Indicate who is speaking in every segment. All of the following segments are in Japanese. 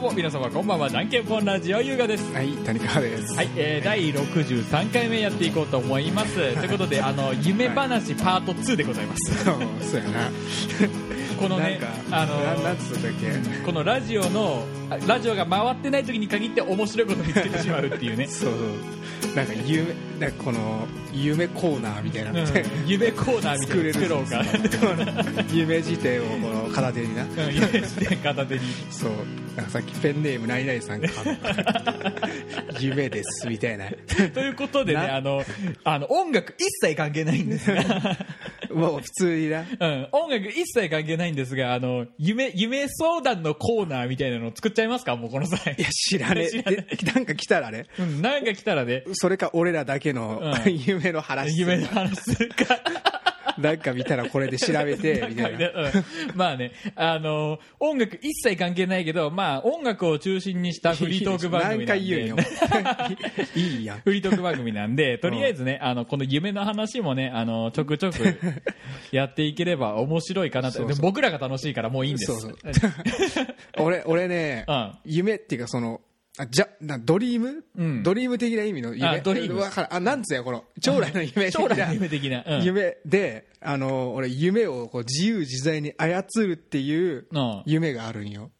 Speaker 1: も皆様こんばんはじゃんけんぽんラジオ優雅です
Speaker 2: はい、谷川です。
Speaker 1: はい、えー第63回目やっていこうと思い ます、ということであの夢話パート2でございます
Speaker 2: そう、そうやな。
Speaker 1: こ のね
Speaker 2: なんか、
Speaker 1: あ
Speaker 2: な
Speaker 1: の
Speaker 2: なんつうんだっけ。
Speaker 1: このラジオのあラジオが回ってない時に限って面白いこと見つけてしまうって いうね
Speaker 2: そうそう。なんか夢、なんかこの夢コーナーみたいな ので、
Speaker 1: うん夢コーナーみたいなの作ろうか
Speaker 2: 夢辞典をこの片手にな。
Speaker 1: うん夢辞典片手に
Speaker 2: そう。なんかさっきペンネーム何々さんから。 夢ですみたいな。
Speaker 1: ということでね
Speaker 2: な
Speaker 1: あのあの音楽一切関係ないんです が、
Speaker 2: もう普通にな。
Speaker 1: うん、音楽一切関係ないんですがあの夢夢相談のコーナーみたいなのを作っちゃいますかもうこの際
Speaker 2: いや、知らね
Speaker 1: 知らね
Speaker 2: え。えなんか来たらね。
Speaker 1: うん、なんか来たらね
Speaker 2: それか俺らだけの
Speaker 1: うん
Speaker 2: 夢の話。
Speaker 1: 夢の話するか
Speaker 2: なんか見たらこれで調べて、み たいな。
Speaker 1: うんまあねあの音楽一切関係ないけどまあ音楽を中心にしたフリートーク番組な
Speaker 2: 何
Speaker 1: ん
Speaker 2: 回言
Speaker 1: で
Speaker 2: うんよ。いいやん。
Speaker 1: フリートーク番組なんで、とりあえずね、あの、この夢の話もね、あの、ちょくちょ くやっていければ面白いかなと。
Speaker 2: そうそう
Speaker 1: でも僕らが楽しいからもういいんです。
Speaker 2: そう そう俺俺ね、
Speaker 1: うん
Speaker 2: 夢っていうかそのあじゃなドリーム、
Speaker 1: うん
Speaker 2: ドリーム的な意味の夢
Speaker 1: あドリーム
Speaker 2: わからんあなんつうやこの将来の夢的
Speaker 1: 将来
Speaker 2: な
Speaker 1: の夢的な。 うん。
Speaker 2: 夢であの俺夢をこう自由自在に操るっていう
Speaker 1: うん
Speaker 2: 夢があるんよ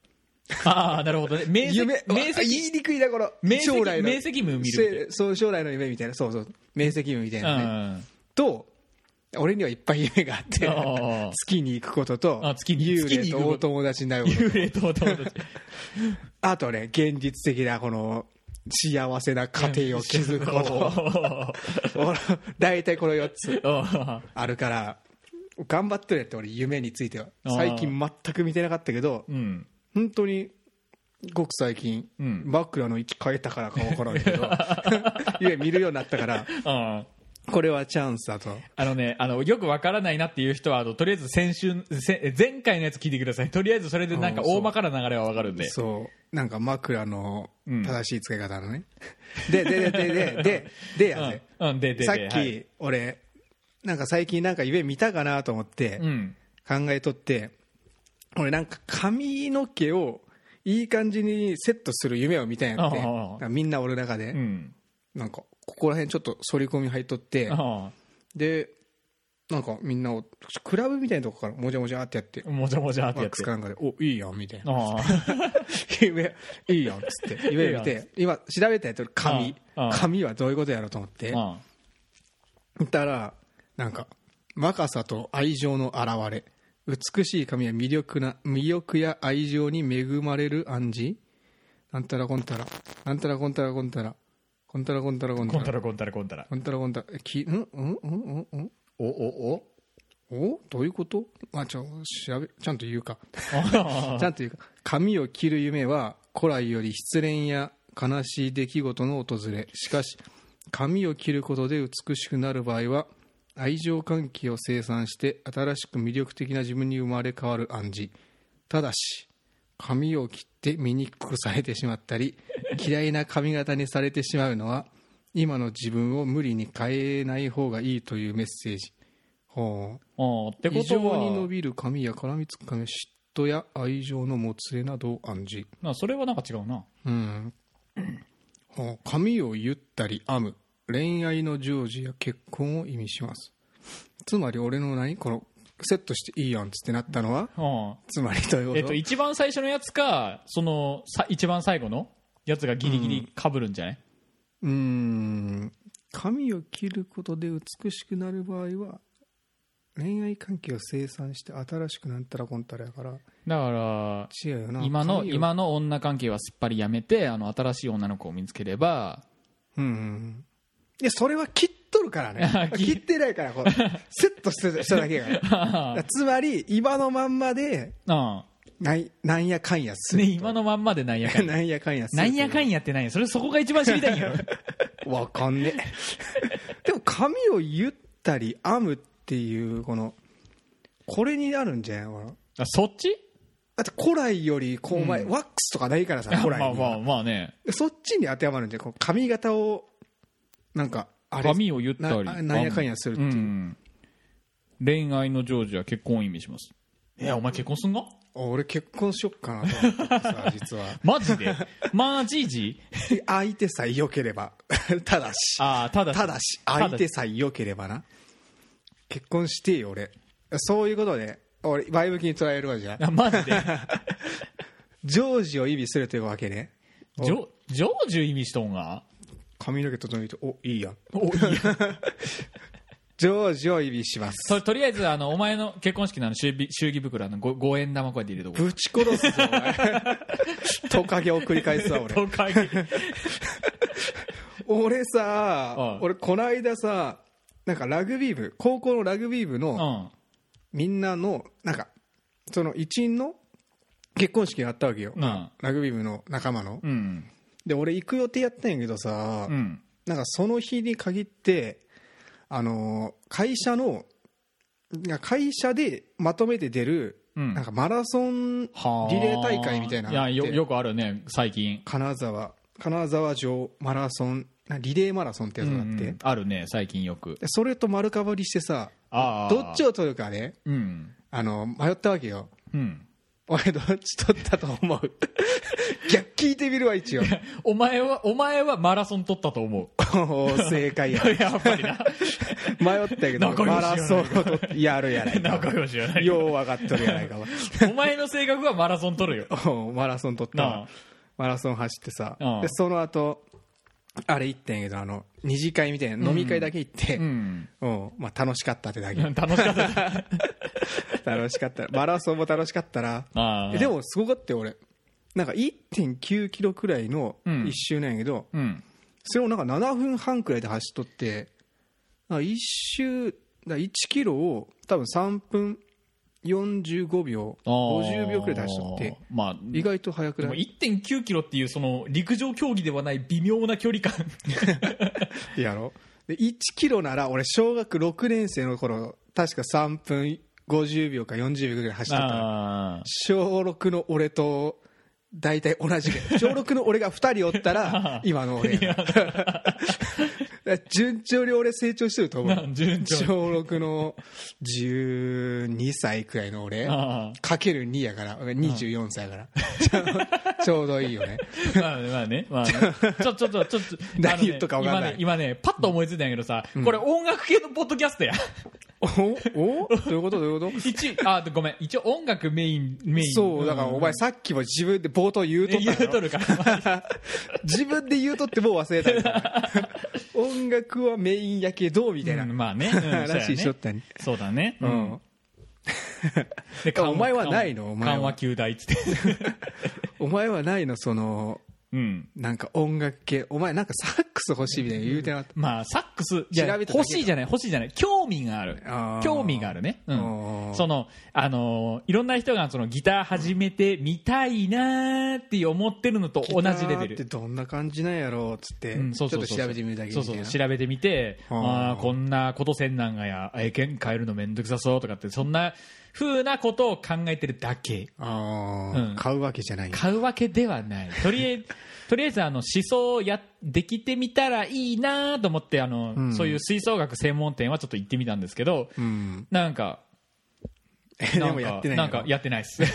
Speaker 1: ああ、なるほどね。明晰
Speaker 2: 夢うわ
Speaker 1: 明晰
Speaker 2: 言いにくいなこの
Speaker 1: 明晰
Speaker 2: 将来の
Speaker 1: 明晰夢を見るみたい
Speaker 2: せそう将来の夢みたいなそうそう明晰夢みたいなね、
Speaker 1: うん。
Speaker 2: と俺にはいっぱい夢があって
Speaker 1: ああ
Speaker 2: 月に行くことと
Speaker 1: あ月に
Speaker 2: 幽
Speaker 1: 月に行
Speaker 2: 霊と
Speaker 1: くこと
Speaker 2: お友達になること
Speaker 1: 幽霊とお友 達。
Speaker 2: あとね、現実的なこの幸せな家庭を築 くこと。俺 大体この4つ
Speaker 1: あ
Speaker 2: あるから、頑張ってるやって俺夢については。
Speaker 1: あー
Speaker 2: 最近全く見てなかったけど
Speaker 1: ーう、ん。
Speaker 2: 本当に、ごく最近、
Speaker 1: うん
Speaker 2: 枕の位置変えたからか分からん けど、夢見るようになったから、
Speaker 1: あー
Speaker 2: これはチャンスだと。
Speaker 1: あのね、あの、よくわからないなっていう人は、あの、とりあえず先週、せ前回のやつ聞いてください。とりあえずそれでなんか
Speaker 2: うんそう
Speaker 1: 大まかな流れはわかるんで。
Speaker 2: そう。なんか枕の
Speaker 1: うん
Speaker 2: 正しい使い方のね。で、で、で、で、で、で、でやで。
Speaker 1: うんうん、で、で、で
Speaker 2: さっき、
Speaker 1: はい
Speaker 2: 俺なんか最近なんか夢見たかなと思って
Speaker 1: うん。
Speaker 2: 考えとって、俺なんか髪の毛をいい感じにセットする夢を見たんやって
Speaker 1: ああ
Speaker 2: なんかみんな俺の中で、
Speaker 1: うん。
Speaker 2: なんかここら辺ちょっと反り込み入っとって
Speaker 1: あ
Speaker 2: でなんかみんなをクラブみたいなとこからもじゃもじゃってやって
Speaker 1: あ、もじゃもじゃって
Speaker 2: ワッ
Speaker 1: やっ
Speaker 2: クス
Speaker 1: て。
Speaker 2: か
Speaker 1: あ
Speaker 2: なんかで「おいいやん」みたいな
Speaker 1: あ。
Speaker 2: 「夢いいやん」っ つって夢見
Speaker 1: いいや
Speaker 2: て今調べたやつ髪
Speaker 1: ああ
Speaker 2: 髪はどういうことやろうと思って
Speaker 1: あ
Speaker 2: 見たらなんか若さと愛情の表れ美しい髪は魅力な魅力や愛情に恵まれる暗示なんたらこんたらなんたらこんたらこんたらこんたらこんたらこん
Speaker 1: あ。こ
Speaker 2: た
Speaker 1: んた
Speaker 2: ら
Speaker 1: らこんたらこんたら。
Speaker 2: こんたらこんたらきんうんうんうんうん
Speaker 1: お、お、お
Speaker 2: おどういうことあちょ調べちゃんと言うか
Speaker 1: あ
Speaker 2: ちゃんと言うか髪を切る夢は古来より失恋や悲しい出来事の訪れしかし髪を切ることで美しくなる場合は愛情関係を生産して新しく魅力的な自分に生まれ変わる暗示ただし髪を切って醜くされてしまったり嫌いな髪型にされてしまうのは今の自分を無理に変えない方がいいというメッセージほう
Speaker 1: あ。ってこ
Speaker 2: 異常
Speaker 1: と
Speaker 2: に伸
Speaker 1: は、
Speaker 2: びる髪や絡みつく髪嫉妬や愛情のもつれなどを暗示
Speaker 1: なそれはなんか違うな。
Speaker 2: うんあ髪をゆったり編む恋愛の成就や結婚を意味しますつまり俺の何このセットしていいやんっつってなったのは
Speaker 1: ああ。
Speaker 2: つまりどういうこと、
Speaker 1: えっと、一番最初のやつか、その、さ一番最後のやつがギリギリ被るんじゃない、
Speaker 2: うーん髪を切ることで美しくなる場合は恋愛関係を生産して新しくなんたらこんたらやから
Speaker 1: だから、
Speaker 2: 違うよな
Speaker 1: 今の、
Speaker 2: 髪を
Speaker 1: 今の女関係はすっぱりやめて、あの、新しい女の子を見つければ、
Speaker 2: うんうんうんいやそれは切っとるか らね
Speaker 1: 切
Speaker 2: 切ってないか らこうセットしてしただけやから
Speaker 1: あ
Speaker 2: つまり今のまんまで
Speaker 1: あ。
Speaker 2: なんなんやかんやする
Speaker 1: ね、
Speaker 2: と
Speaker 1: 今のまんまでなんやかんや。
Speaker 2: なんやかんやす る
Speaker 1: なんやかんやってないよ。それそこが一番知りた いんよ。
Speaker 2: わかんね えでも髪をゆったり編むっていうこのこれになるんじゃないこの
Speaker 1: あ、そっち
Speaker 2: だって古来よりこうお前、
Speaker 1: うん
Speaker 2: ワックスとかないからさ
Speaker 1: まあ
Speaker 2: 古来には
Speaker 1: まあまあね。
Speaker 2: そっちに当てはまるんじゃないこの髪型をなんかあれ
Speaker 1: 髪をゆったり
Speaker 2: ななんやかんやするっていう
Speaker 1: うん恋愛の成就は結婚を意味しますえお前結婚すんの
Speaker 2: 俺結婚しよっかなと思っててさ実は
Speaker 1: マジ でマジジ
Speaker 2: 相手さえ良ければ ただし
Speaker 1: ああただ
Speaker 2: ただし相手さえ良ければな結婚してよ俺そういうことで俺前向きに捉えるわじゃん
Speaker 1: あマジで
Speaker 2: ジョージを意味するというわけね
Speaker 1: ジョジョージ意味しとんが
Speaker 2: 髪の毛整えておいいや
Speaker 1: おいや
Speaker 2: ジョージを意味します
Speaker 1: ととりあえずあのお前の結婚式のあの祝儀祝儀袋あの 5, 円玉こうやって入れとこ
Speaker 2: ぶち殺すぞお 前トカゲを繰り返すわ
Speaker 1: う
Speaker 2: 俺
Speaker 1: とかぎ
Speaker 2: 俺さ、
Speaker 1: うん
Speaker 2: 俺こないださなんかラグビー部高校のラグビー部
Speaker 1: う
Speaker 2: の
Speaker 1: ん
Speaker 2: みんなのなんかその一員の結婚式があったわけよ、
Speaker 1: うん
Speaker 2: ラグビー部の仲間の、
Speaker 1: うん
Speaker 2: で俺行く予定やったんやけどさ、
Speaker 1: うん
Speaker 2: なんかその日に限ってあのー会社のいや会社でまとめて出る、
Speaker 1: うん
Speaker 2: なんかマラソンリ
Speaker 1: はあ
Speaker 2: レー大会みたいなのがあ
Speaker 1: や
Speaker 2: って
Speaker 1: よよくあるね最近
Speaker 2: 金沢金沢城マラソンなリレーマラソンってやつがあって、
Speaker 1: うんうんあるね最近よく
Speaker 2: でそれと丸かぶりしてさ
Speaker 1: ああ
Speaker 2: どっちを取るかね
Speaker 1: うん
Speaker 2: あの迷ったわけよ
Speaker 1: うん
Speaker 2: 俺どっち取ったと思う 逆聞いてみるわ一応
Speaker 1: お前はお前はマラソン取ったと思
Speaker 2: おー正解や
Speaker 1: う やっぱり な
Speaker 2: 迷っ たけど
Speaker 1: 仲良し
Speaker 2: マ
Speaker 1: やない
Speaker 2: ラ
Speaker 1: か
Speaker 2: ソンを取ってやるやない か
Speaker 1: 仲良しやない
Speaker 2: よう分かっとるやないかわ
Speaker 1: お前の性格はマラソン取るよ
Speaker 2: おうマラソン取った
Speaker 1: な
Speaker 2: わマラソン走ってさ
Speaker 1: うん
Speaker 2: でその後あれ行ったんやけどあの二次会みたいな飲み会だけ行って、
Speaker 1: あうん
Speaker 2: おうまあ、楽しかったってだけ
Speaker 1: 楽しかっ た
Speaker 2: 楽しかったマラソンも楽しかったな
Speaker 1: ああ
Speaker 2: えでもすごかったよ俺なんか1 9キロくらいの
Speaker 1: うん
Speaker 2: 1周なんやけど、
Speaker 1: うん
Speaker 2: それをなんか7分半くらいで走っとってなんか1周だ1キロを多分3分45秒
Speaker 1: あー
Speaker 2: 50秒くらいで走っとって
Speaker 1: まあ
Speaker 2: 意外と速く
Speaker 1: で
Speaker 2: な
Speaker 1: も
Speaker 2: い
Speaker 1: 1 9キロっていうその陸上競技ではない微妙な距 離感
Speaker 2: やろで1キロなら俺小学6年生の頃確か3分50秒か40秒くらい走っとったの
Speaker 1: あ
Speaker 2: 小6の俺と大体同じぐらい小6の俺が2人おっ たら今の俺やな だから順調に俺成長してる と思う
Speaker 1: あ順調
Speaker 2: 小6の12歳くらいの俺
Speaker 1: あ
Speaker 2: かける2やから24歳やから ちょうどいいよね
Speaker 1: あまあねまあね、まあね、ちょちょちょちょちょ
Speaker 2: 何
Speaker 1: あのね
Speaker 2: 言っとくか分かんない
Speaker 1: 今ね今ねパッと思いついたんやけどさ、これ音楽系のポッドキャストや
Speaker 2: おおどういうことどういうこと
Speaker 1: 一あごめん一応音楽メインメイン
Speaker 2: そうだからお前さっきも自分で冒頭言うと
Speaker 1: 言
Speaker 2: っ
Speaker 1: う
Speaker 2: たやろ
Speaker 1: とるから
Speaker 2: 自分で言うとってもう忘れたよ 音楽はメインやけどみたいな、
Speaker 1: うんまあね、うんそうやね
Speaker 2: らしいしょったに
Speaker 1: そうだね、
Speaker 2: う
Speaker 1: うん
Speaker 2: ん、
Speaker 1: で緩和
Speaker 2: お前はないのお前は
Speaker 1: 緩和球大っつって
Speaker 2: お前はないのその
Speaker 1: うん
Speaker 2: なんか音楽系お前なんかサックス欲しいみたいな言うてなかった、
Speaker 1: まあサックスいや
Speaker 2: 調べただけだ
Speaker 1: 欲しいじゃない欲しいじゃない興味がある
Speaker 2: あー
Speaker 1: 興味があるね、う
Speaker 2: あー
Speaker 1: ん、そのあのーいろんな人がそのギター始めてみたいなーって思ってるのと同じレベ
Speaker 2: ギターって
Speaker 1: ル
Speaker 2: どんな感じなんやろうっつって、
Speaker 1: うん
Speaker 2: ちょ
Speaker 1: そ
Speaker 2: っ
Speaker 1: うそう
Speaker 2: と
Speaker 1: そう
Speaker 2: 調べてみるだけみた
Speaker 1: そ
Speaker 2: いうな
Speaker 1: そう調べてみて
Speaker 2: はあ
Speaker 1: あーこんなことせんなんがやえ県変えるのめんどくさそうとかってそんな風なことを考えてるだけ
Speaker 2: あー
Speaker 1: うん
Speaker 2: 買うわけじゃない
Speaker 1: 買うわけではないとりあ えずとりあえずあの思想をやできてみたらいいなと思ってあの、
Speaker 2: ん
Speaker 1: そういう吹奏楽専門店はちょっと行ってみたんですけど
Speaker 2: うん、
Speaker 1: なんか
Speaker 2: でもやってない
Speaker 1: なんかやってない っすや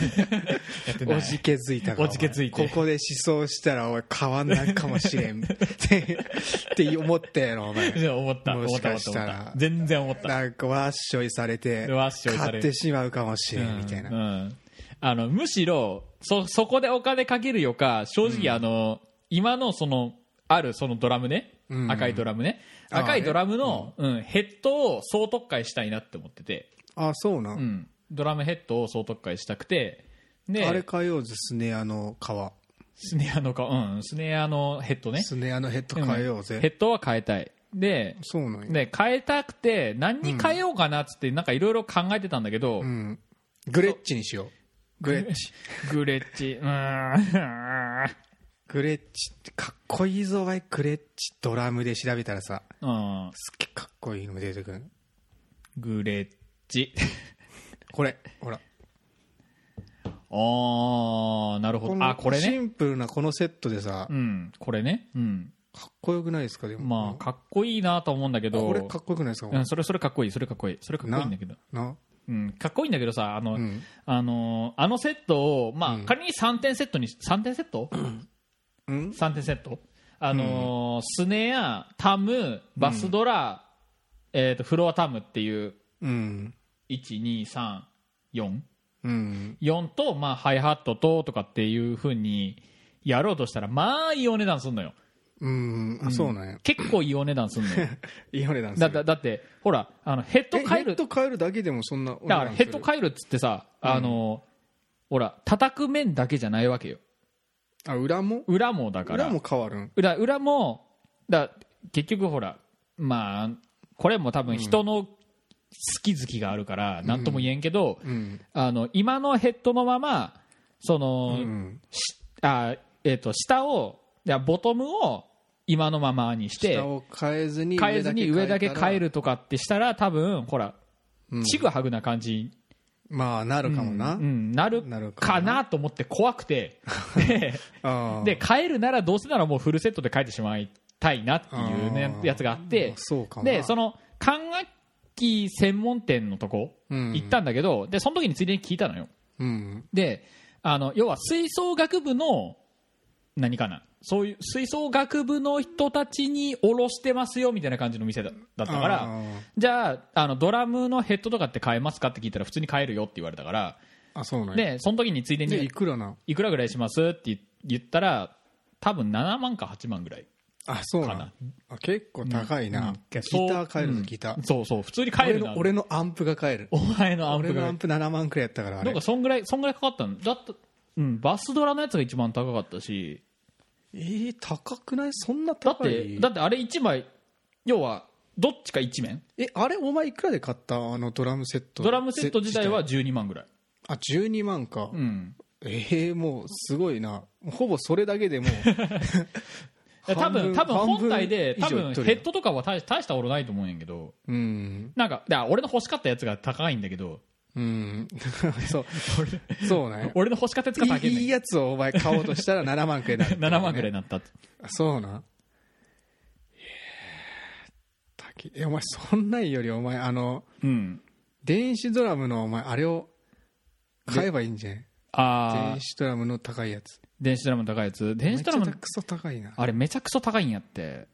Speaker 1: ってない
Speaker 2: おじけづいたか ら
Speaker 1: おじけづいて
Speaker 2: お前ここで思想したらおい変わんないかもし れんってって思ったやろお前
Speaker 1: 思った思
Speaker 2: も
Speaker 1: った思
Speaker 2: し
Speaker 1: った思っ
Speaker 2: かしたら
Speaker 1: た全然思った
Speaker 2: なんかわっしょいされて
Speaker 1: わっしょいされ
Speaker 2: 買ってしまうかもしれんみたいな、
Speaker 1: うんうんあのむしろそそこでお金かけるよか正直あの、今のそのあるそのドラムね、
Speaker 2: うん
Speaker 1: 赤いドラムね
Speaker 2: あー
Speaker 1: 赤いドラムの、うん、ヘッドを総特会したいなって思ってて、
Speaker 2: あそうなん、
Speaker 1: うん、ドラムヘッドを総特会したくてで
Speaker 2: あれ変えようぜスネアの皮
Speaker 1: スネアのか、うん、スネアのヘッドね
Speaker 2: スネアのヘッド変えようぜ、
Speaker 1: んヘッドは変えたいで
Speaker 2: そうなんや、
Speaker 1: で変えたくて何に変えようかなっつってなんかいろいろ考えてたんだけど、
Speaker 2: うん、グレッチにしようグレッチ
Speaker 1: グレッチうーん
Speaker 2: グレッチってかっこいいぞお前グレッチドラムで調べたらさ
Speaker 1: うん
Speaker 2: すっげえかっこいいの出てくる
Speaker 1: グレッ チ
Speaker 2: これほら
Speaker 1: ああなるほど
Speaker 2: の
Speaker 1: あこれ
Speaker 2: シ
Speaker 1: ね
Speaker 2: ンプルなこのセットでさ、
Speaker 1: うんこれねうん
Speaker 2: かっこよくないですかでも
Speaker 1: まあかっこいいなと思うんだけど
Speaker 2: これかっこよくないですか、
Speaker 1: うん、それそれかっこいいそれかっこいいそれかっこいいんだけど
Speaker 2: な
Speaker 1: うん、かっこいいんだけどさあの、
Speaker 2: うん
Speaker 1: あのあのセットを、まあ
Speaker 2: うん
Speaker 1: 仮に3点セットに3点セット、
Speaker 2: うん
Speaker 1: 三点セット、あのースネア、タム、バスドラ、えー、とフロアタムっていう
Speaker 2: うん
Speaker 1: 1234
Speaker 2: うん
Speaker 1: と、まあ、ハイハットととかっていうふうにやろうとしたらまあいいお値段すんのよ
Speaker 2: うんあそうなんや
Speaker 1: 結構いいお値段 すんのよ
Speaker 2: いいお値段す
Speaker 1: だ
Speaker 2: る
Speaker 1: だだってほらあのヘッド
Speaker 2: え
Speaker 1: カイ
Speaker 2: ヘ
Speaker 1: ル
Speaker 2: ッド変えるだけでもそんなお
Speaker 1: だ
Speaker 2: 値
Speaker 1: から
Speaker 2: 段す
Speaker 1: ヘ
Speaker 2: る
Speaker 1: ッドカイルっつってさあのー、ほら叩く面だけじゃないわけよ
Speaker 2: あ裏も
Speaker 1: 裏もだから
Speaker 2: 裏も変わるん
Speaker 1: 裏裏もだ結局ほらまあこれも多分人の好き好きがあるから何とも言えんけど、
Speaker 2: うん
Speaker 1: あの今のヘッドのままその、
Speaker 2: うん
Speaker 1: しあえっ、と下をいやボトムを今のままにして
Speaker 2: 下を変えずに
Speaker 1: 変えずに上だけ
Speaker 2: たら
Speaker 1: 変えるとかってしたら多分ほら
Speaker 2: うん
Speaker 1: ちぐはぐな感じに
Speaker 2: まあなるかもな、
Speaker 1: うん、なる
Speaker 2: なる
Speaker 1: か
Speaker 2: か
Speaker 1: なと思って怖く てで
Speaker 2: あー
Speaker 1: で変えるならどうせならもうフルセットで変えてしまいたいなっていう、ね
Speaker 2: あ、ー
Speaker 1: やつがあっ
Speaker 2: あ
Speaker 1: て
Speaker 2: そうかな
Speaker 1: でその管楽器専門店のとこ
Speaker 2: うん
Speaker 1: 行ったんだけど、でその時についでに聞いたのよ
Speaker 2: うん
Speaker 1: であの要は吹奏楽部の何かなそういう吹奏楽部の人たちにおろしてますよみたいな感じの店だだったから
Speaker 2: あー
Speaker 1: じゃああのドラムのヘッドとかって買えますかって聞いたら普通に買えるよって言われたから
Speaker 2: あそうなんや
Speaker 1: でその時についで
Speaker 2: でい
Speaker 1: に
Speaker 2: くらない
Speaker 1: くらぐらいしますって言ったら多分7万か8万ぐらい
Speaker 2: あそうな
Speaker 1: か
Speaker 2: ん
Speaker 1: な
Speaker 2: あ結構高いな、
Speaker 1: うん
Speaker 2: ギタ
Speaker 1: そう
Speaker 2: ー変える
Speaker 1: う
Speaker 2: の
Speaker 1: ん
Speaker 2: ギター、
Speaker 1: そうそう普通に買え
Speaker 2: 俺
Speaker 1: るな
Speaker 2: の俺のアンプが変える
Speaker 1: お前のアン
Speaker 2: 俺
Speaker 1: プ
Speaker 2: のア
Speaker 1: が
Speaker 2: ンプ7万くらいやったからあ
Speaker 1: な
Speaker 2: れ
Speaker 1: んかそんぐらいそんぐらいかかったのだってうん、バスドラのやつが一番高かったし
Speaker 2: えー、高くないそんな
Speaker 1: だっ
Speaker 2: 高
Speaker 1: て
Speaker 2: い
Speaker 1: だってあれ1枚要はどっちか1面
Speaker 2: えあれお前いくらで買ったあのドラムセット
Speaker 1: ドラムセット自体は12万ぐらい、
Speaker 2: あ12万か、
Speaker 1: うん、
Speaker 2: ええもうすごいなほぼそれだけでも う
Speaker 1: 多分多分
Speaker 2: 半分
Speaker 1: 本体で多
Speaker 2: 半分以上い
Speaker 1: 分
Speaker 2: っ
Speaker 1: ヘ
Speaker 2: とるよ
Speaker 1: ッドとかは大大したことないと思うんやけど
Speaker 2: うん
Speaker 1: なんかだから俺の欲しかったやつが高いんだけど
Speaker 2: うん そうそうね
Speaker 1: 俺の欲しかったやつが高いん
Speaker 2: いい
Speaker 1: だ
Speaker 2: いい
Speaker 1: け
Speaker 2: やつをお前買おうとしたら7万くらい になる、
Speaker 1: ど7万ぐらいになったって
Speaker 2: あそうなん高いえお前そんなんよりお前あの
Speaker 1: うん
Speaker 2: 電子ドラムのお前あれを買えばいいんじゃん
Speaker 1: ああ
Speaker 2: 電子ドラムの高いやつ
Speaker 1: 電子ドラムの高いやつ電子ドラ
Speaker 2: め
Speaker 1: ム
Speaker 2: ちゃくそ高いな
Speaker 1: あれめちゃくそ高いんやって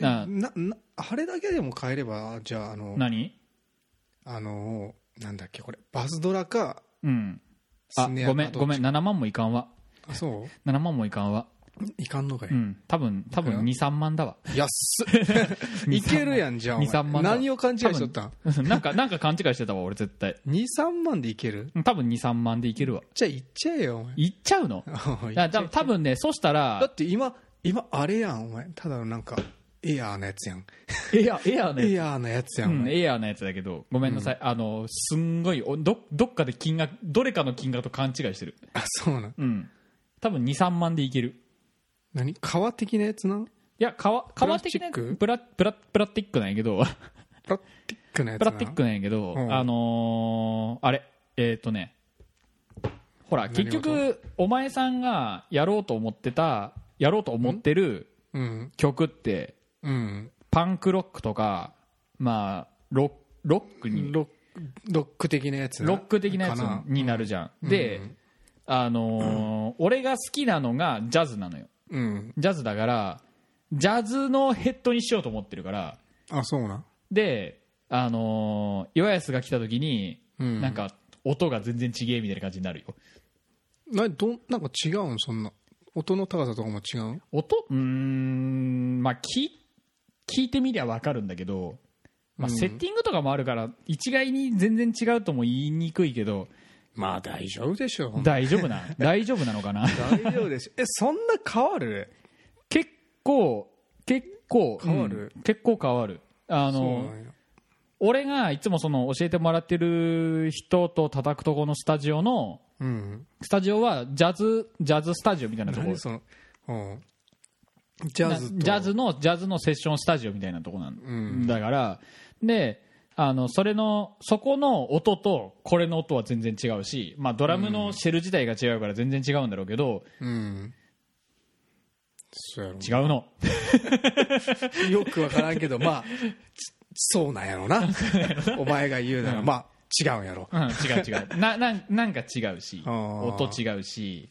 Speaker 1: な
Speaker 2: ななあれだけでも買えればじゃああの
Speaker 1: 何
Speaker 2: あのなんだっけこれバスドラか
Speaker 1: うん
Speaker 2: ス
Speaker 1: あ
Speaker 2: ネア
Speaker 1: ごめんごめん
Speaker 2: ん
Speaker 1: 7万もいかんわ
Speaker 2: あそう
Speaker 1: 7万もいかんわ
Speaker 2: いかんのかい、
Speaker 1: うん多分多分23万だわ
Speaker 2: 安っ いけるやんじゃんお前
Speaker 1: 二三万だ
Speaker 2: 何を勘違いしとったん
Speaker 1: なんかなんか勘違いしてたわ俺絶対
Speaker 2: 23万でいける
Speaker 1: うん多分23万でいけるわ
Speaker 2: じゃあいっちゃえよお前
Speaker 1: いっちゃうの
Speaker 2: おい
Speaker 1: だだ多分ねそした
Speaker 2: だ
Speaker 1: ら
Speaker 2: って今今あれやんお前ただのなんかエアーのやつやん
Speaker 1: エアエア
Speaker 2: エアーのやつやんお
Speaker 1: うん、
Speaker 2: 前
Speaker 1: エアーのやつだけどごめんなさい、あのすんごいおどどっかで金額どれかの金額と勘違いしてる
Speaker 2: あそうなん
Speaker 1: うん多分23万でいける
Speaker 2: 何革的なやつない
Speaker 1: や革革的なやつプラプラプラスティックなんやけど
Speaker 2: プラスティックのやつ
Speaker 1: プ
Speaker 2: な
Speaker 1: ラスティックなんやけど、
Speaker 2: うん
Speaker 1: あのーあれえっ、とねほら
Speaker 2: 何
Speaker 1: 結
Speaker 2: 事
Speaker 1: 局お前さんがやろうと思ってたやろうと思ってる
Speaker 2: うん
Speaker 1: 曲って
Speaker 2: うん
Speaker 1: パンクロックとかまあロックロックに
Speaker 2: ロックロック的なやつな
Speaker 1: ロック的なやつ
Speaker 2: かな
Speaker 1: になるじゃん、で、あのー俺が好きなのがジャズなのよ
Speaker 2: うん
Speaker 1: ジャズだからジャズのヘッドにしようと思ってるから
Speaker 2: あそうなん
Speaker 1: であのー岩安が来た時に、
Speaker 2: うん
Speaker 1: なんか音が全然違えみたいな感じになるよ
Speaker 2: などんなんか違うんそんな音の高さとかも違うん
Speaker 1: 音うーんまあ聞聞いてみりゃ分かるんだけど、まあ、
Speaker 2: うん
Speaker 1: セッティングとかもあるから一概に全然違うとも言いにくいけど
Speaker 2: まあ大丈夫でしょう
Speaker 1: 大丈夫な大丈夫なのかな
Speaker 2: 大丈夫でしょえそんな変わる
Speaker 1: 結構結構
Speaker 2: 変わる
Speaker 1: うん結構変わるあの
Speaker 2: そうなんや
Speaker 1: 俺がいつもその教えてもらってる人と叩くとこのスタジオの
Speaker 2: うん
Speaker 1: スタジオはジャズジャズスタジオみたいなとこ
Speaker 2: 何そのうんジャズと
Speaker 1: なジャズのジャズのセッションスタジオみたいなとこなん、
Speaker 2: うん
Speaker 1: だからであのそれのそこの音とこれの音は全然違うし、まあ、ドラムのシェル自体が違うから全然違うんだろうけど、
Speaker 2: うんそうやろ
Speaker 1: 違うの
Speaker 2: よくわからんけどまあちそうなんやろなお前が言うならまあ違うんやろ
Speaker 1: うん、違う違 うななんなんか違うし
Speaker 2: あー
Speaker 1: 音違うし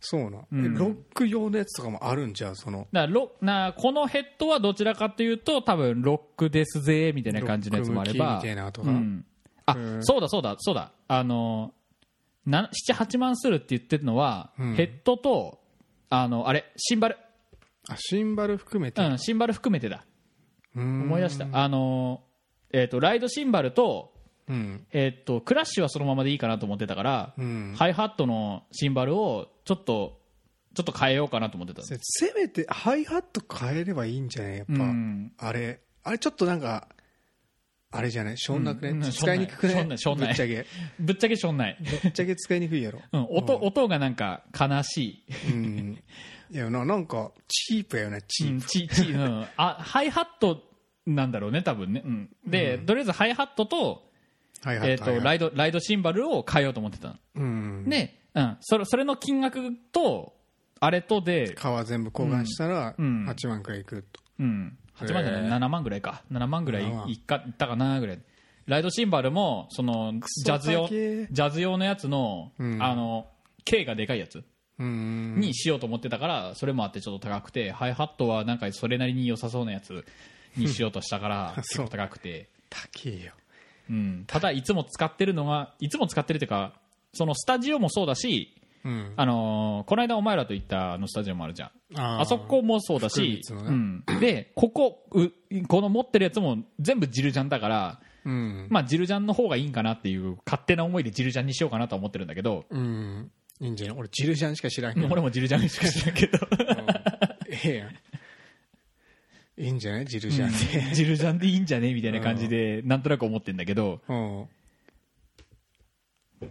Speaker 2: そうな、
Speaker 1: うん
Speaker 2: ロック用のやつとかもあるんじゃんその
Speaker 1: だからロなこのヘッドはどちらかというと多分ロックですぜみたいな感じのやつもあれば
Speaker 2: ロック向きみたいなと
Speaker 1: う
Speaker 2: か、
Speaker 1: ん、あ
Speaker 2: うん
Speaker 1: そうだそうだそうだあの78万するって言ってるのは、
Speaker 2: うん
Speaker 1: ヘッドとあのあれシンバル、
Speaker 2: あシンバル含めて、
Speaker 1: うん、シンバル含めてだ
Speaker 2: うーん
Speaker 1: 思い出したあの、えー、とライドシンバルと,、
Speaker 2: うん
Speaker 1: えー、とクラッシュはそのままでいいかなと思ってたから、
Speaker 2: うん
Speaker 1: ハイハットのシンバルをちょっとちょっと変えようかなと思ってた
Speaker 2: せせめてハイハット変えればいいんじゃないやっぱ、
Speaker 1: うん
Speaker 2: あれあれちょっとなんかあれじゃないしょんなくね、
Speaker 1: うんうん
Speaker 2: 使いにくく
Speaker 1: しょ
Speaker 2: ね
Speaker 1: んないしょん
Speaker 2: ぶ
Speaker 1: ない
Speaker 2: っちゃけ
Speaker 1: ぶっちゃけしょんない、
Speaker 2: ぶっちゃけ使いにくいやろ、
Speaker 1: うん、音音がなんか悲しい
Speaker 2: うん、いやななんかチープやよねチー
Speaker 1: う
Speaker 2: プ、
Speaker 1: んチチうん、あハイハットなんだろうね多分ね、うん、で、とりあえずハイハットと,、
Speaker 2: ハイハ
Speaker 1: え
Speaker 2: ッ
Speaker 1: ー
Speaker 2: ト
Speaker 1: と
Speaker 2: ハイハ
Speaker 1: ラ
Speaker 2: ッ
Speaker 1: イドライドシンバルを変えようと思ってたの、
Speaker 2: トうん
Speaker 1: で、うん、それそれの金額とあれとで、
Speaker 2: 革全部交換したら
Speaker 1: うん
Speaker 2: 8万くらいいくと、
Speaker 1: うん、8万じゃな
Speaker 2: へ
Speaker 1: い
Speaker 2: ー
Speaker 1: 7万ぐらいか7万ぐらい
Speaker 2: 7万
Speaker 1: いっかいったかなぐらいライドシンバルもその
Speaker 2: ソ
Speaker 1: ジャズ用
Speaker 2: 高え
Speaker 1: ジャズ用のやつの,、
Speaker 2: うん
Speaker 1: あの K がでかいやつ
Speaker 2: うん
Speaker 1: にしようと思ってたから、それもあってちょっと高くてハイハットはなんかそれなりに良さそうなやつにしようとしたから結
Speaker 2: そう
Speaker 1: 構高くて、
Speaker 2: 高いよ
Speaker 1: うん、ただいつも使ってるのがいつも使ってるっていうかそのスタジオもそうだし、
Speaker 2: うん
Speaker 1: あのーこの間お前らと行ったあのスタジオもあるじゃん
Speaker 2: あー
Speaker 1: あそこもそうだし、
Speaker 2: 福光の
Speaker 1: う
Speaker 2: ね
Speaker 1: ん、でここうこの持ってるやつも全部ジルジャンだから、
Speaker 2: うん、
Speaker 1: まあ、ジルジャンの方がいいんかなっていう勝手な思いでジルジャンにしようかなとは思ってるんだけど、
Speaker 2: うん、いいんじゃない俺ジルジャンしか知らんけど
Speaker 1: 俺もジルジャンにしかしないけど
Speaker 2: ええやんいいんじゃないジルジャンで、
Speaker 1: ジルジャンでいいんじゃねみたいな感じで、なんとなく思ってんだけど
Speaker 2: うん、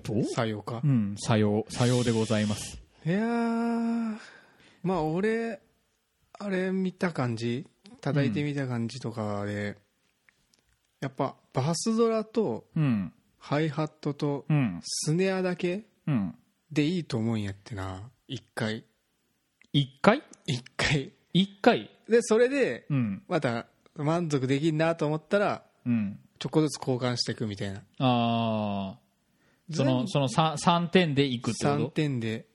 Speaker 1: どう
Speaker 2: 採用か、
Speaker 1: んさようさようでございます
Speaker 2: いやーまあ俺あれ見た感じ叩いてみた感じとかで、やっぱバスドラと
Speaker 1: うん
Speaker 2: ハイハットと
Speaker 1: うん
Speaker 2: スネアだけ
Speaker 1: うん
Speaker 2: でいいと思うんやってな一回
Speaker 1: 1回
Speaker 2: 一回
Speaker 1: 1回
Speaker 2: でそれで
Speaker 1: うん
Speaker 2: また満足できんなと思ったら
Speaker 1: うん
Speaker 2: ちょこずつ交換していくみたいな
Speaker 1: ああそ
Speaker 2: 全
Speaker 1: のその 3, 3点でいくってこ
Speaker 2: 3
Speaker 1: と
Speaker 2: 点で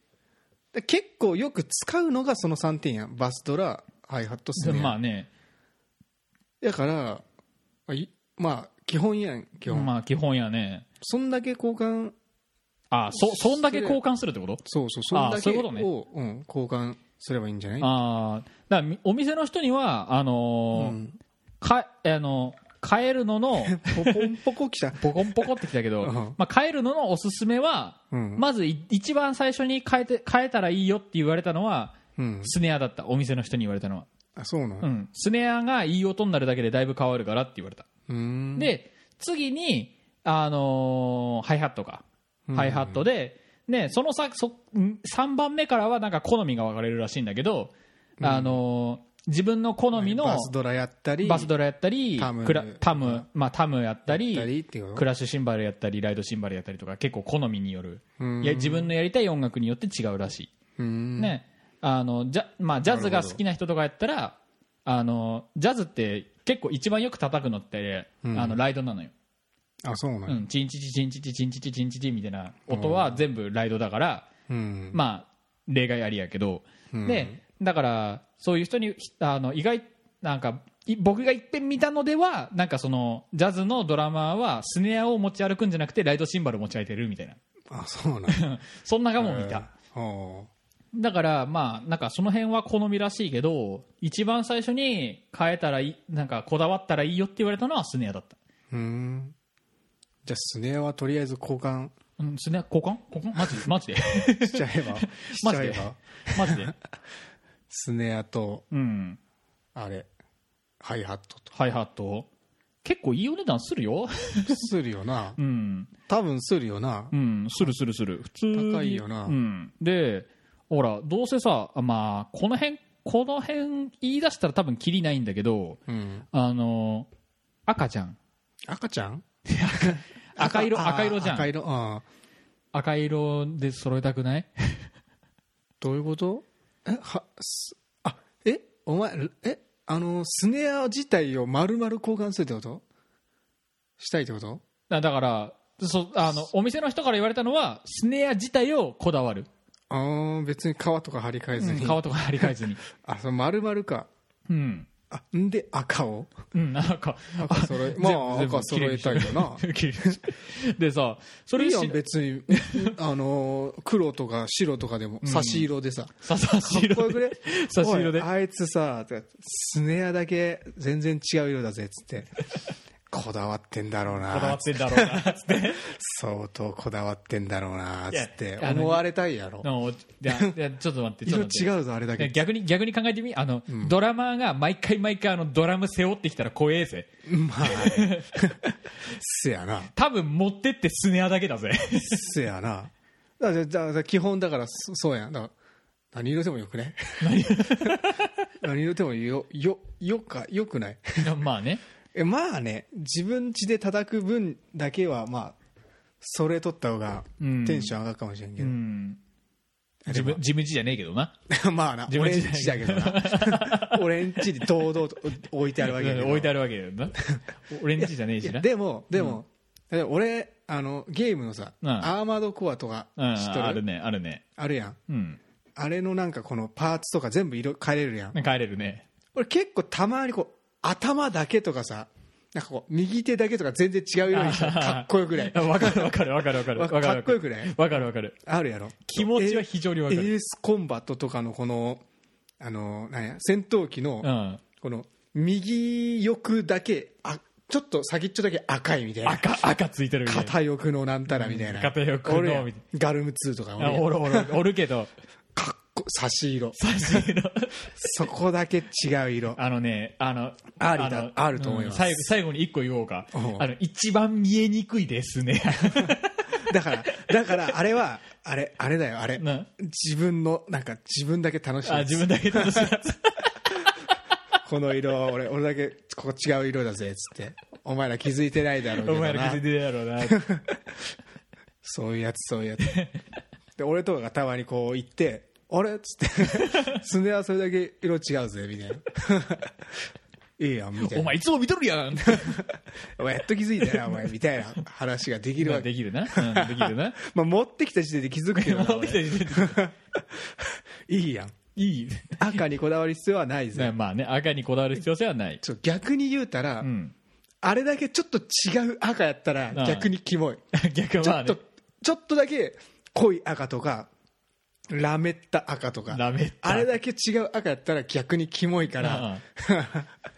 Speaker 2: で結構よく使うのがその3点やんバスドラハイハットスネア、
Speaker 1: まあね
Speaker 2: だからあいまあ基本やん基本、
Speaker 1: まあ基本やね
Speaker 2: そんだけ交換
Speaker 1: ああそそんだけ交換するってこと
Speaker 2: そうそうそんだ
Speaker 1: あそ
Speaker 2: け
Speaker 1: ういう
Speaker 2: を
Speaker 1: ことね
Speaker 2: うん、交換すればいいんじゃない
Speaker 1: ああだからみお店の人にはあのー
Speaker 2: うん
Speaker 1: かあの買えるの の
Speaker 2: ポコンポコ きた
Speaker 1: ポコンポコってきたけど、
Speaker 2: うん
Speaker 1: まあ、買えるののおすすめは、
Speaker 2: うん
Speaker 1: まずい一番最初に変えて変えたらいいよって言われたのは
Speaker 2: うん
Speaker 1: スネアだったお店の人に言われたのは、
Speaker 2: あそうなん
Speaker 1: う、
Speaker 2: うん
Speaker 1: スネアがいい音になるだけでだいぶ変わるからって言われた、
Speaker 2: ーん
Speaker 1: で次に、あのーハイハットかハイハットで、ね、そのさそ3番目からはなんか好みが分かれるらしいんだけど、あのー自分の好みの
Speaker 2: バスドラやったり
Speaker 1: バスドラやったり
Speaker 2: タム
Speaker 1: クラタム,、まあ、タムやったり
Speaker 2: やったりっていうこと
Speaker 1: クラッシュシンバルやったりライドシンバルやったりとか結構好みによる
Speaker 2: うん
Speaker 1: いや自分のやりたい音楽によって違うらし
Speaker 2: うー
Speaker 1: い、
Speaker 2: ん
Speaker 1: ねあのジャまあ、ジャズが好きな人とかやったらあのジャズって結構一番よく叩くのって、あのライドなのよ、
Speaker 2: あそうな
Speaker 1: う
Speaker 2: んや
Speaker 1: ん、チンチチチンチチチンチチチンチチみたいな音は全部ライドだから、
Speaker 2: うん
Speaker 1: まあ例外ありやけど、
Speaker 2: うん
Speaker 1: でだからそういう人にあの意外なんかい僕がいっぺん見たのではなんかそのジャズのドラマーはスネアを持ち歩くんじゃなくてライドシンバルを持ち歩いてるみたいな
Speaker 2: あそうなんや
Speaker 1: そんな がも見た、
Speaker 2: えーほ
Speaker 1: だからまあなんかその辺は好みらしいけど一番最初に変えたらいいなんかこだわったらいいよって言われたのはスネアだった、
Speaker 2: ううーんじゃあスネアはとりあえず交換
Speaker 1: うん、スネア交換交換マジでマジで
Speaker 2: しちゃえばし ち
Speaker 1: マジ
Speaker 2: ゃえ
Speaker 1: で
Speaker 2: ば
Speaker 1: マジで
Speaker 2: スネアと
Speaker 1: うん
Speaker 2: あれハイハットと
Speaker 1: ハイハット結構いいお値段するよ
Speaker 2: するよな
Speaker 1: うん
Speaker 2: 多分するよな
Speaker 1: うんするするする普通に
Speaker 2: 高いよな
Speaker 1: うん、でほらどうせさあまあこの辺この辺言い出したら多分キリないんだけど
Speaker 2: うん
Speaker 1: あの赤ちゃん
Speaker 2: 赤ちゃん
Speaker 1: 赤色
Speaker 2: あ
Speaker 1: 赤色じゃん
Speaker 2: 赤
Speaker 1: 赤色
Speaker 2: 色ああ
Speaker 1: で揃えたくない
Speaker 2: どういうことえはすあえお前えあのスネア自体を丸々交換するってことしたいってこと
Speaker 1: だだからそあのお店の人から言われたのはスネア自体をこだわる、
Speaker 2: あー別に皮とか張り替えずに、
Speaker 1: 皮とか張り替えずに
Speaker 2: あそう丸々か
Speaker 1: うん
Speaker 2: あんで赤を
Speaker 1: うんなんか
Speaker 2: 赤揃え
Speaker 1: 全部
Speaker 2: まあ
Speaker 1: 全部
Speaker 2: 赤揃えたいよな
Speaker 1: 綺麗にして でさそ
Speaker 2: い
Speaker 1: れ
Speaker 2: いや
Speaker 1: し
Speaker 2: ん別にあのー黒とか白とかでも差し色でさ、
Speaker 1: さ差し
Speaker 2: かっ
Speaker 1: 色
Speaker 2: こよく
Speaker 1: で
Speaker 2: ね
Speaker 1: 差し色で
Speaker 2: おいあいつさとかスネアだけ全然違う色だぜっつって こだわってんだろ
Speaker 1: こ
Speaker 2: う
Speaker 1: だわ
Speaker 2: な
Speaker 1: ってんだろうなつって
Speaker 2: 相当こだわってんだろうなっつっ
Speaker 1: い
Speaker 2: て
Speaker 1: やあの
Speaker 2: 思われたいやろ
Speaker 1: のいや いやちょっと待ってちょ
Speaker 2: 色
Speaker 1: っと待って
Speaker 2: 違うぞあれだ
Speaker 1: いや
Speaker 2: け
Speaker 1: 逆に逆に考えてみあの、ドラマーが毎回毎回あのドラム背負ってきたら怖えぜ
Speaker 2: まあせやな
Speaker 1: 多分持ってってスネアだけだ ぜ
Speaker 2: せやなだからじゃあじゃあ基本だからそそうやんだから何色でもよくね 何色でもよよよかよくない
Speaker 1: いやまあね
Speaker 2: えまあね自分家で叩く分だけはまあそれ取った方が
Speaker 1: う
Speaker 2: テ
Speaker 1: ん
Speaker 2: ンション上がるかもしれんけど、
Speaker 1: うん自分自分自じゃねえけどな
Speaker 2: まあな
Speaker 1: 自分
Speaker 2: 俺ん
Speaker 1: 自
Speaker 2: ちだけどな俺んちで堂々と置いてあるわけやけど
Speaker 1: 置いてあるわけだよな 俺んちじゃねえし
Speaker 2: いや
Speaker 1: な
Speaker 2: でもでも、例えば俺あのゲームのさ、
Speaker 1: うん
Speaker 2: アーマードコアとか
Speaker 1: うん
Speaker 2: 知っとる、
Speaker 1: あるねあるね
Speaker 2: あるやん
Speaker 1: うん
Speaker 2: あれのなんかこのパーツとか全部色変えれるやん
Speaker 1: 帰れるね
Speaker 2: 俺結構たまにこう頭だけとかさなんかこう右手だけとか全然違う色にしたらかっこよくない
Speaker 1: わかるわかるわかるわかる
Speaker 2: わ
Speaker 1: わかる
Speaker 2: かっこよくない
Speaker 1: わかるわかる
Speaker 2: あるやろ
Speaker 1: 気持ちは非常にわか
Speaker 2: エ
Speaker 1: る
Speaker 2: ースコンバットとかのこのあのなんや戦闘機の、
Speaker 1: うん
Speaker 2: この右翼だけあちょっと先っちょだけ赤いみたいな
Speaker 1: 赤赤ついてるみたいな
Speaker 2: 片翼のなんたらみたいな
Speaker 1: うん片翼の
Speaker 2: 俺や
Speaker 1: みたい
Speaker 2: ガルム2とか俺
Speaker 1: あ
Speaker 2: や
Speaker 1: おるおるおるけ ど
Speaker 2: かっこ差し色
Speaker 1: 差し色
Speaker 2: そこだけ違う色
Speaker 1: あのね、あの、
Speaker 2: ありだ
Speaker 1: の
Speaker 2: あると思います
Speaker 1: 最後最後に一個言おうか。
Speaker 2: うん
Speaker 1: あの、一番見えにくいです ね。
Speaker 2: だからだからあれはあれあれだよあれ
Speaker 1: な
Speaker 2: 自分のなんか自分だけ楽しい
Speaker 1: あ
Speaker 2: や
Speaker 1: 自
Speaker 2: つ
Speaker 1: 分だけ楽しいやつ。
Speaker 2: この色は俺俺だけここ違う色だぜっつってお前ら気づいてないだろうけ
Speaker 1: お
Speaker 2: どな
Speaker 1: 前ら気づいてるやろう な。
Speaker 2: そういうやつ、そういうやつ。で、俺とかがたまにこう行って、あれっつ って、すねはそれだけ色違うぜ、みたいな。 いいやん、みたい
Speaker 1: お
Speaker 2: な。
Speaker 1: 前いつも見とるや ん。
Speaker 2: お前やっと気づいたな、お前、みたいな話ができるわけ。
Speaker 1: できるな。うんできるな。
Speaker 2: まあ、持ってきた時点で気づ くけどな、
Speaker 1: 持ってき
Speaker 2: 俺
Speaker 1: た時点で
Speaker 2: いいやん。
Speaker 1: いい。
Speaker 2: 赤にこだわる必要はないぜ。
Speaker 1: まあね、赤にこだわる必要性はない。
Speaker 2: ちょ逆に言うたら、
Speaker 1: うん。
Speaker 2: あれだけちょっと違う赤やったら
Speaker 1: ん
Speaker 2: 逆にキモい。
Speaker 1: 逆は
Speaker 2: ちょ
Speaker 1: まあ
Speaker 2: っ
Speaker 1: ね
Speaker 2: と、、ちょっとだけ濃い赤とか、ラメった赤とか。
Speaker 1: ダメ。
Speaker 2: あれだけ違う赤やったら逆にキモいから、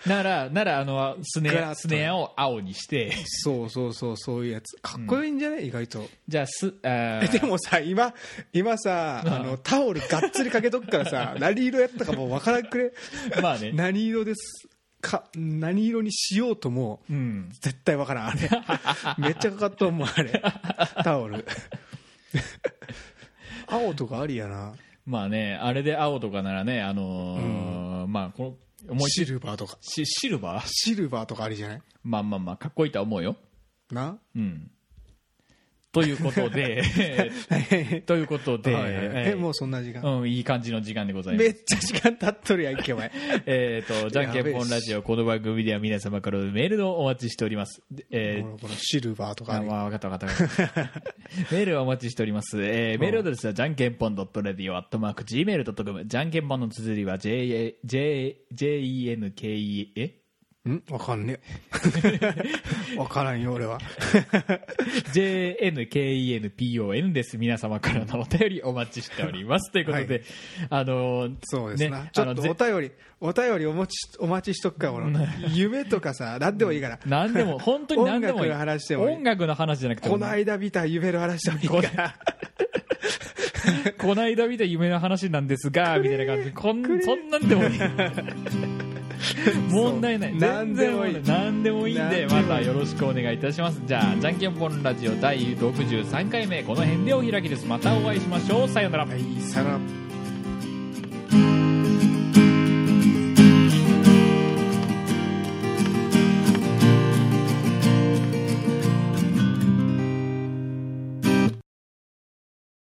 Speaker 1: なら、なら、あの、スネ
Speaker 2: グラッ
Speaker 1: ア、
Speaker 2: と
Speaker 1: スネアを青に して、
Speaker 2: そうそうそうそういうやつかっこいいんじゃない、意外と
Speaker 1: じゃあ、す、あ
Speaker 2: え
Speaker 1: ー
Speaker 2: でもさ今今さあのタオルがっつりかけとくから さ何色やったかもう分からんくれ
Speaker 1: まあね。
Speaker 2: 何色ですか何色にしようとも
Speaker 1: うん。
Speaker 2: 絶対分からんあ れめっちゃかかっとんもんあれタオル 青とかありやな
Speaker 1: まあね、あれで青とかならね、あのーまあ、この、思いっき
Speaker 2: シ
Speaker 1: り
Speaker 2: ルバーとか
Speaker 1: シシルバー
Speaker 2: シルバーとかありじゃない
Speaker 1: まあまあまあ、かっこいいとは思うよ。
Speaker 2: な
Speaker 1: うん。ということで、
Speaker 2: え
Speaker 1: ということで、
Speaker 2: えもう
Speaker 1: う、
Speaker 2: そんな時間
Speaker 1: うん、いい感じの時間でございま
Speaker 2: め
Speaker 1: す。
Speaker 2: っちゃ時間経っとるやんけお前
Speaker 1: えっ、と、じゃんけんぽんラジオ、この番組では皆様からのメールをお待ちしております。でえ
Speaker 2: ほ
Speaker 1: ー
Speaker 2: らほらシルバーとかあ
Speaker 1: あ
Speaker 2: る
Speaker 1: まあ、わかったわかったわか った。メールはお待ちしております。えーメールアドレスは、じゃんけんぽん .radio.gmail.com。じゃんけんぽんの綴りは、j, j, j-e-n-k-e, え
Speaker 2: んわかんね えわからんよ俺は
Speaker 1: JNKENPON です。皆様からのお便りお待ちしております。ということで、あのー
Speaker 2: そうですな、
Speaker 1: ね
Speaker 2: ち
Speaker 1: あ
Speaker 2: ょ
Speaker 1: の
Speaker 2: っとお
Speaker 1: ぜ
Speaker 2: 便りお便りお待ちお待ちしとくから俺夢とかさ何でもいいから、
Speaker 1: 何でも、本当に何でもいい。
Speaker 2: 音楽の話でもいい
Speaker 1: 音楽の話じゃなくても、
Speaker 2: この間見た夢の話でもいい
Speaker 1: こ
Speaker 2: か
Speaker 1: な
Speaker 2: ら
Speaker 1: この間見た夢の話なんですが、みたいな感じで、こんそんなんで もいい。問題ない。
Speaker 2: そう
Speaker 1: 全然問題ない何でもいいんで、
Speaker 2: 何でもい
Speaker 1: ま
Speaker 2: い
Speaker 1: たよろしくお願いいたします。じゃあ、じゃんけんぽんラジオ第63回目、この辺でお開きです。またお会いしましょう。さようなら。
Speaker 2: はいさよなら